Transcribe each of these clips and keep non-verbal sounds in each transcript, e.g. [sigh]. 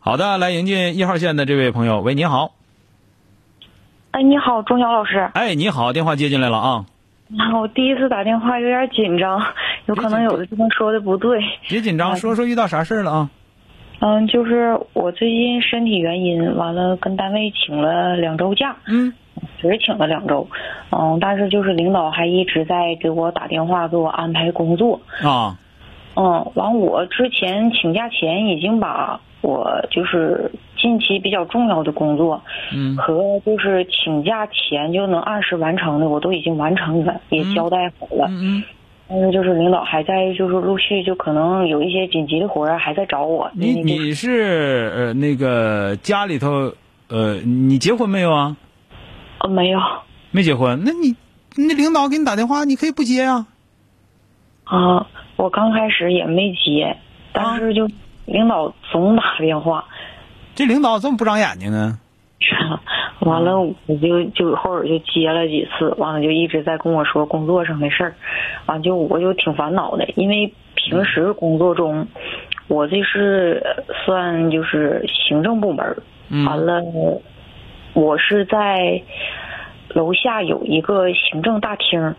好的，来迎接一号线的这位朋友，喂，你好，哎，你好，钟瑶老师。哎，你好，电话接进来了啊，啊，我第一次打电话有点紧张，有可能有的地方说的不对。别紧张，说说遇到啥事儿了啊？嗯，就是我最近身体原因，完了跟单位请了两周假，嗯，只是请了两周。嗯，但是就是领导还一直在给我打电话，给我安排工作。啊，嗯，完我之前请假前已经把我就是近期比较重要的工作，嗯和就是请假前就能按时完成的，我都已经完成了，也嗯交代好了。嗯嗯，但是就是领导还在，就是陆续就可能有一些紧急的活儿啊还在找我。你因为就是你是呃那个家里头呃你结婚没有啊？呃没有没结婚，那你那领导给你打电话，你可以不接啊。啊？我刚开始也没接，啊但是就领导总打电话，这领导这么不长眼睛呢？完了嗯我就就后边就接了几次，完了就一直在跟我说工作上的事儿，完就我就挺烦恼的，因为嗯平时工作中，我这是算就是行政部门儿，嗯完了我是在楼下有一个行政大厅，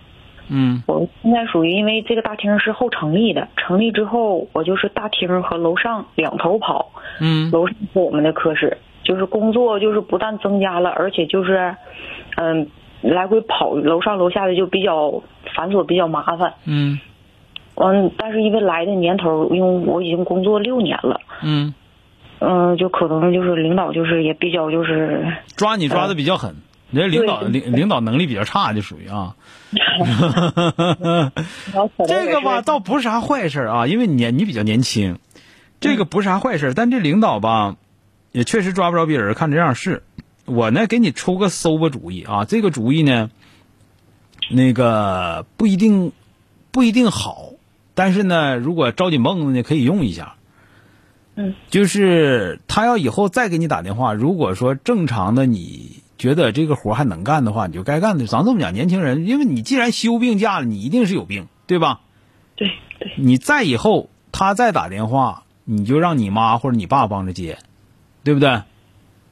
嗯我现在属于因为这个大厅是后成立的，成立之后我就是大厅和楼上两头跑，嗯楼上是我们的科室，就是工作就是不但增加了，而且就是，嗯，来回跑楼上楼下的就比较繁琐，比较麻烦。嗯嗯，但是因为来的年头，因为我已经工作六年了，嗯，嗯，就可能就是领导就是也比较就是，抓你抓的比较狠，人家领导领领导能力比较差，就属于啊。 [laughs] 这 [laughs] 个吧，，倒不是啥坏事儿啊，因为你年你比较年轻，这个不是啥坏事儿。但这领导吧，也确实抓不着别人，看这样是。我呢，给你出个馊吧主意啊，这个主意呢，那个不一定不一定好，但是呢，如果招紧蹦子呢，可以用一下。嗯，就是他要以后再给你打电话，如果说正常的你觉得这个活儿还能干的话，你就该干的。咱这么讲，年轻人，因为你既然休病假了，你一定是有病，对吧？对对，你再以后他再打电话，你就让你妈或者你爸帮着接，对不对？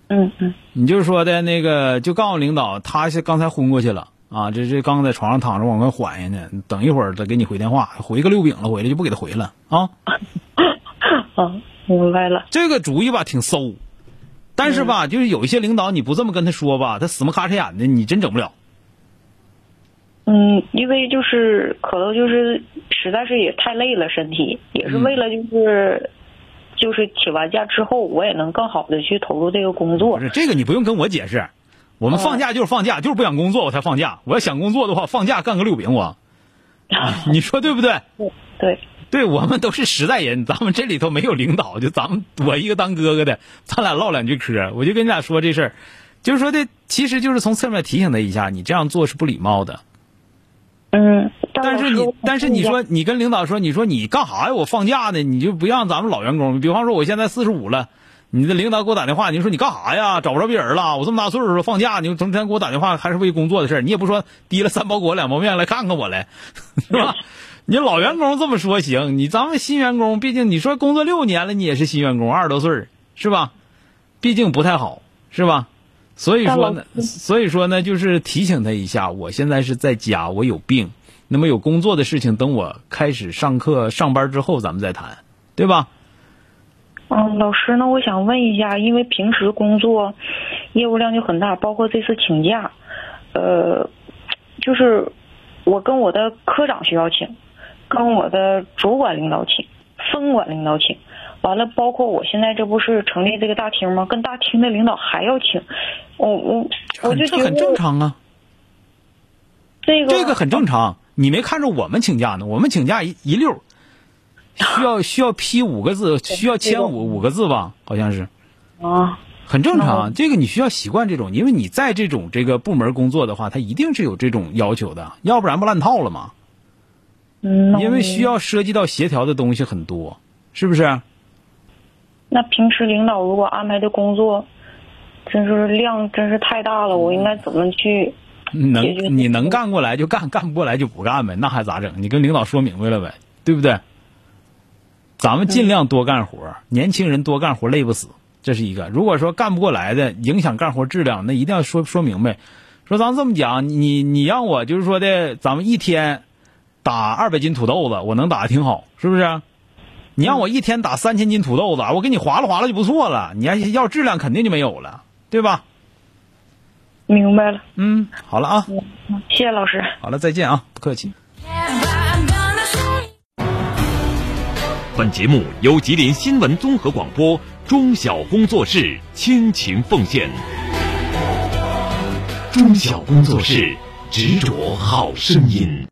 嗯嗯你就是说的那个，就告诉领导，他是刚才昏过去了啊，这这刚在床上躺着往外缓下呢，等一会儿再给你回电话，回个六饼了，回来就不给他回了啊。啊，明白了，这个主意吧挺馊，但是吧，就是有一些领导你不这么跟他说吧，他死么咔哧眼的，你真整不了。嗯，因为就是可能就是实在是也太累了，身体也是嗯为了就是。就是请完假之后，我也能更好的去投入这个工作不。是这个你不用跟我解释，我们放假就是放假，就是不想工作我才放假。我要想工作的话，放假干个六饼我，啊你说对不对？对， [laughs] 对我们都是实在人，咱们这里头没有领导，就咱们我一个当哥哥的，咱俩唠两句嗑，我就跟你俩说这事儿，就是说的，其实就是从侧面提醒他一下，你这样做是不礼貌的。嗯，但是老师你，但是你，我说你跟领导说，你说你干啥呀？我放假呢，你就不让咱们老员工。比方说我现在四十五了，你的领导给我打电话，你说你干啥呀？找不着别人了，我这么大岁数了，放假你就整天给我打电话，还是为工作的事儿你也不说提了三包裹两包面来看看我来，是吧？你老员工这么说行，你咱们新员工，毕竟你说工作六年了，你也是新员工，二十多岁儿是吧？毕竟不太好，是吧？所以说呢，所以说呢，就是提醒他一下，我现在是在家，我有病，那么有工作的事情，等我开始上课上班之后，咱们再谈，对吧？嗯，老师，那我想问一下，因为平时工作业务量就很大，包括这次请假，呃，就是我跟我的科长需要请，跟我的主管领导请，分管领导请，完了，包括我现在这不是成立这个大厅吗？跟大厅的领导还要请，我我我很就这觉得很正常啊，这个这个很正常。你没看着我们请假呢？我们请假一一溜儿，需要需要批五个字，需要签五五个字吧？好像是啊，很正然后常。这个你需要习惯这种，因为你在这种这个部门工作的话，他一定是有这种要求的，要不然不烂套了吗？嗯，那因为我需要涉及到协调的东西很多，是不是？那平时领导如果安排的工作，真是量真是太大了，我应该怎么去？解决能你能这个干过来就干，干不过来就不干呗，那还咋整？你跟领导说明白了呗，对不对？咱们尽量多干活，年轻人多干活累不死，这是一个。如果说干不过来的，影响干活质量，那一定要说说明白。说咱这么讲，你你让我就是说的，咱们一天打二百斤土豆子，我能打的挺好，是不是？你让我一天打三千斤土豆子，我给你划拉划拉就不错了，你还要质量肯定就没有了，对吧？明白了，嗯，好了啊，谢谢老师。好了，再见啊，不客气。 I'm gonna show you. 本节目由吉林新闻综合广播中小工作室倾情奉献。中小工作室执着好声音。